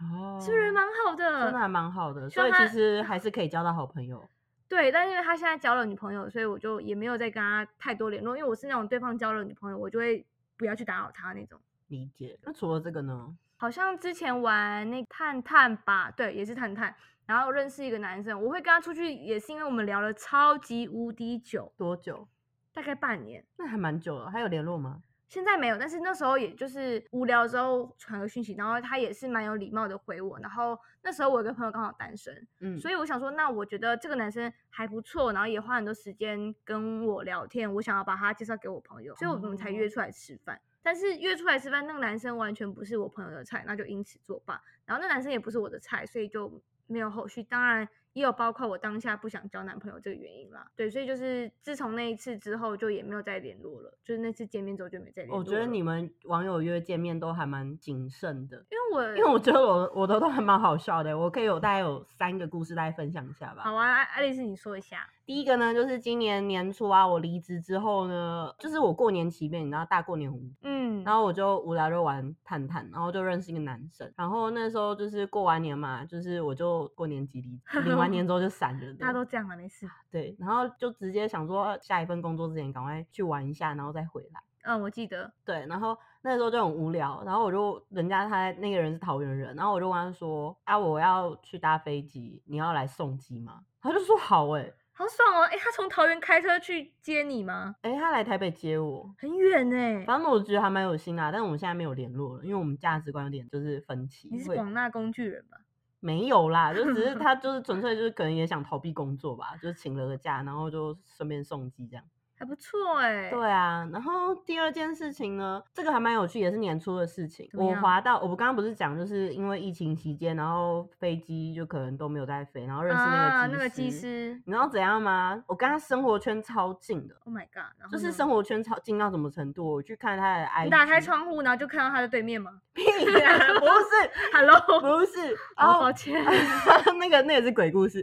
Speaker 2: 哦，
Speaker 1: 是不是蛮好的？
Speaker 2: 真的还蛮好的，
Speaker 1: 希
Speaker 2: 所
Speaker 1: 望
Speaker 2: 以其
Speaker 1: 他
Speaker 2: 实还是可以交到好朋友。
Speaker 1: 对，但是因为他现在交了女朋友，所以我就也没有再跟他太多联络，因为我是那种对方交了女朋友，我就会不要去打扰他那种。
Speaker 2: 理解。那除了这个呢？
Speaker 1: 好像之前玩那探探吧，对，也是探探，然后认识一个男生，我会跟他出去，也是因为我们聊了超级无敌久，
Speaker 2: 多久？
Speaker 1: 大概半年。
Speaker 2: 那还蛮久了，还有联络吗？
Speaker 1: 现在没有，但是那时候也就是无聊之后传个讯息，然后他也是蛮有礼貌的回我。然后那时候我有个朋友刚好单身，
Speaker 2: 嗯，
Speaker 1: 所以我想说，那我觉得这个男生还不错，然后也花很多时间跟我聊天，我想要把他介绍给我朋友，所以我们才约
Speaker 2: 哦
Speaker 1: 出来吃饭。但是约出来吃饭，那个男生完全不是我朋友的菜，那就因此作罢。然后那男生也不是我的菜，所以就没有后续。当然也有包括我当下不想交男朋友这个原因啦。对，所以就是自从那一次之后，就也没有再联络了。就是那次见面之后就没再联络
Speaker 2: 我
Speaker 1: 了。
Speaker 2: 哦觉得你，们网友约见面都还蛮谨慎的，
Speaker 1: 因为我
Speaker 2: 因为我觉得我我的都还蛮好笑的，我可以有大概有三个故事大家分享一下吧。
Speaker 1: 好啊，爱爱丽丝，你说一下。
Speaker 2: 第一个呢，就是今年年初啊，我离职之后呢，就是我过年期间，你知道大过年无
Speaker 1: 嗯，
Speaker 2: 然后我就无聊就玩探探，然后就认识一个男生。然后那时候就是过完年嘛，就是我就过年级离领 完年之后就散了这样，
Speaker 1: 大家都这样了，没事。
Speaker 2: 对，然后就直接想说呃下一份工作之前赶快去玩一下，然后再回来。
Speaker 1: 嗯，我记得。
Speaker 2: 对，然后那时候就很无聊，然后我就人家他那个人是桃园人，然后我就问他说啊，我要去搭飞机，你要来送机吗？他就说好哎、欸，
Speaker 1: 好爽哦！哎，他从桃园开车去接你吗？
Speaker 2: 哎、他来台北接我。
Speaker 1: 很远呢。
Speaker 2: 反正我觉得还蛮有心啊，但我们现在没有联络了，因为我们价值观有点就是分歧。
Speaker 1: 你是
Speaker 2: 会
Speaker 1: 广纳工具人吧？
Speaker 2: 没有啦，就 只是他就是纯粹就是可能也想逃避工作吧，就是请了个假，然后就顺便送机这样。
Speaker 1: 还不错哎。
Speaker 2: 对啊，然后第二件事情呢，这个还蛮有趣，也是年初的事情。
Speaker 1: 怎么
Speaker 2: 我
Speaker 1: 样
Speaker 2: 滑到，我刚刚不是讲，就是因为疫情期间，然后飞机就可能都没有在飞，然后认识
Speaker 1: 啊，
Speaker 2: 那
Speaker 1: 那
Speaker 2: 个
Speaker 1: 个机
Speaker 2: 机师。
Speaker 1: 师
Speaker 2: 你知道怎样吗？我跟他生活圈超近的，
Speaker 1: ，Oh my god！然后
Speaker 2: 就是
Speaker 1: 呢
Speaker 2: 生活圈超近到什么程度？我去看他的 IG，
Speaker 1: 你打开窗户，然后就看到他的对面吗
Speaker 2: 屁啊，不是，
Speaker 1: ？Hello，
Speaker 2: 不是，
Speaker 1: 哦，
Speaker 2: 哦
Speaker 1: 抱，歉，
Speaker 2: 那个那个是鬼故事，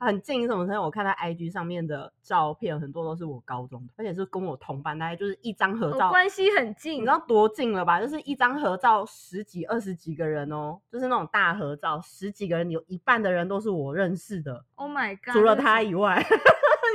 Speaker 2: 很近什么程度？我看他 IG 上面的照片，很多都是我高中的，而且是跟我同班，大概就是一张合
Speaker 1: 我
Speaker 2: 照，
Speaker 1: 关系很
Speaker 2: 你
Speaker 1: 近，
Speaker 2: 知道多近了吧？就是一张合照十几、二十几个人哦，就是那种大合照，十几个人有一半的人都是我认识的，
Speaker 1: ？Oh my god！
Speaker 2: 除了
Speaker 1: 这是
Speaker 2: 他
Speaker 1: 什
Speaker 2: 以外，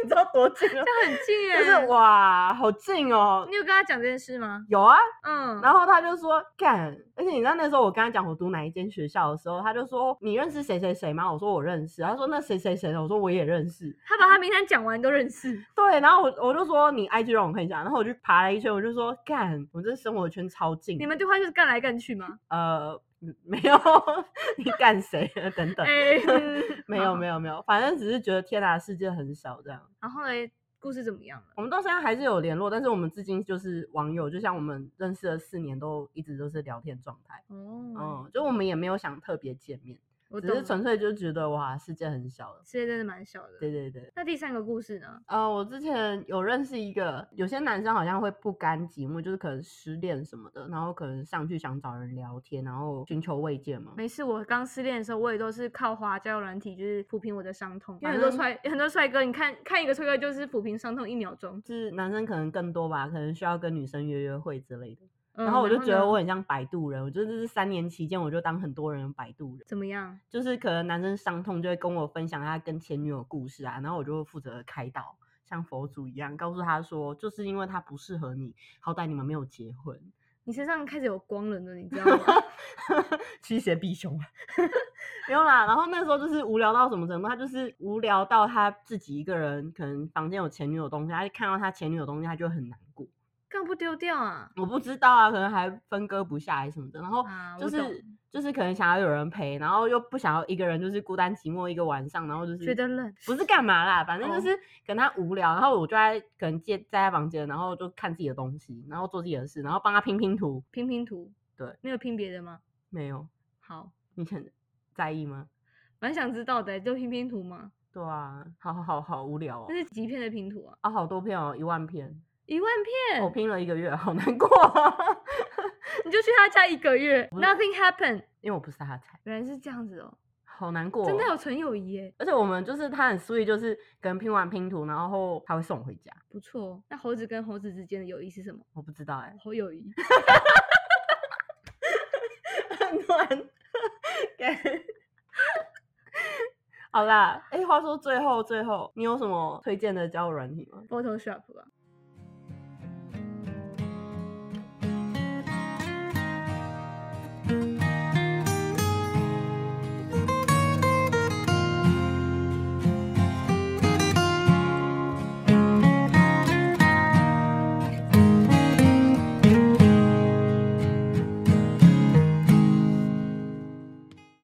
Speaker 2: 你知道多近 了？
Speaker 1: 这很近
Speaker 2: 就
Speaker 1: 耶。
Speaker 2: 是哇，好近哦
Speaker 1: 你。有跟他讲这件事吗？
Speaker 2: 有啊，
Speaker 1: 嗯，
Speaker 2: 然后他就说干，而且你知道那时候我跟他讲我读哪一间学校的时候，他就说你认识谁谁谁吗？我说我认识。他说那谁谁谁的，我说我也认识。
Speaker 1: 他把他名单讲完都认识，
Speaker 2: 对，然后我我就说你 IG 让我看一下，然后我就爬了一圈，我就说干，我这生活圈超近。
Speaker 1: 你们对话就是干来干去吗？
Speaker 2: 呃嗯没有， 你干谁了等等。
Speaker 1: 哎，嗯
Speaker 2: 没有没。有没有，反正只是觉得天哪，世界很小这样。
Speaker 1: 好然后嘞，故事怎么样了？
Speaker 2: 我们到现在还是有联络，但是我们至今就是网友，就像我们认识了四年，都一直都是聊天状态。
Speaker 1: 哦，
Speaker 2: 嗯，就我们也没有想特别见面，
Speaker 1: 我
Speaker 2: 只
Speaker 1: 懂啊
Speaker 2: 是
Speaker 1: 了，
Speaker 2: 纯粹就觉得哇，世界很小了。
Speaker 1: 世界真的蛮小的。
Speaker 2: 对对对，
Speaker 1: 那第三个故事呢？
Speaker 2: 呃，我之前有认识一个，有些男生好像会不甘寂寞，就是可能失恋什么的，然后可能上去想找人聊天，然后寻求慰藉嘛。
Speaker 1: 没事，我刚失恋的时候，我也都是靠滑交友软体，就是抚平我的伤痛。因为
Speaker 2: 反
Speaker 1: 很多
Speaker 2: 正
Speaker 1: 帅很多帅哥，你看看一个帅哥就是抚平伤痛一秒钟。
Speaker 2: 就是男生可能更多吧，可能需要跟女生约约会之类的。
Speaker 1: 嗯
Speaker 2: 然后我就觉得
Speaker 1: 呢
Speaker 2: 我很像摆渡人，我觉得这是三年期间，我就当很多人的摆渡人，
Speaker 1: 怎么样？
Speaker 2: 就是可能男生伤痛就会跟我分享他跟前女友的故事啊，然后我就会负责开导，像佛祖一样告诉他说，就是因为他不适合你，好歹你们没有结婚，
Speaker 1: 你身上开始有光轮了，你 知道吗？
Speaker 2: 驱邪避凶啊，没有啦。然后那时候就是无聊到什么程度，他就是无聊到他自己一个人，可能房间有前女友的东西，他就看到他前女友的东西，他就很难过。
Speaker 1: 干嘛不丢掉啊？
Speaker 2: 我不知道啊，可能还分割不下来什么的，然后
Speaker 1: 啊
Speaker 2: 就
Speaker 1: 我
Speaker 2: 是、
Speaker 1: 懂
Speaker 2: 就是可能想要有人陪，然后又不想要一个人就是孤单寂寞一个晚上，然后就是
Speaker 1: 觉得冷，
Speaker 2: 不是干嘛啦，反正
Speaker 1: 哦
Speaker 2: 就是可能他无聊，然后我就在可能借在他房间，然后就看自己的东西，然后做自己的事，然后帮他拼拼图。
Speaker 1: 拼拼图。
Speaker 2: 对，
Speaker 1: 没有拼别的吗？
Speaker 2: 没有，
Speaker 1: 好，
Speaker 2: 你很在意吗？
Speaker 1: 蛮想知道的欸，就拼拼图吗？
Speaker 2: 对啊，好好好好无聊哦
Speaker 1: 那。是几片的拼图啊？
Speaker 2: 啊，好多片哦，一万片，
Speaker 1: 一万片，
Speaker 2: 我拼了一个月，好难过、
Speaker 1: 你就去他家一个月，nothing happened。
Speaker 2: 因为我不是他的菜，
Speaker 1: 原来是这样子哦，
Speaker 2: 好难过、哦
Speaker 1: 真的有。哦纯友谊耶，
Speaker 2: 而且我们就是他很 sweet，就是可能拼完拼图，然后他会送我回家。
Speaker 1: 不错哦。那猴子跟猴子之间的友谊是什么？
Speaker 2: 我不知道哎、
Speaker 1: 好友谊。
Speaker 2: 很乱。 好啦，哎、话说最后最后，你有什么推荐的交友软体吗？
Speaker 1: Photoshop，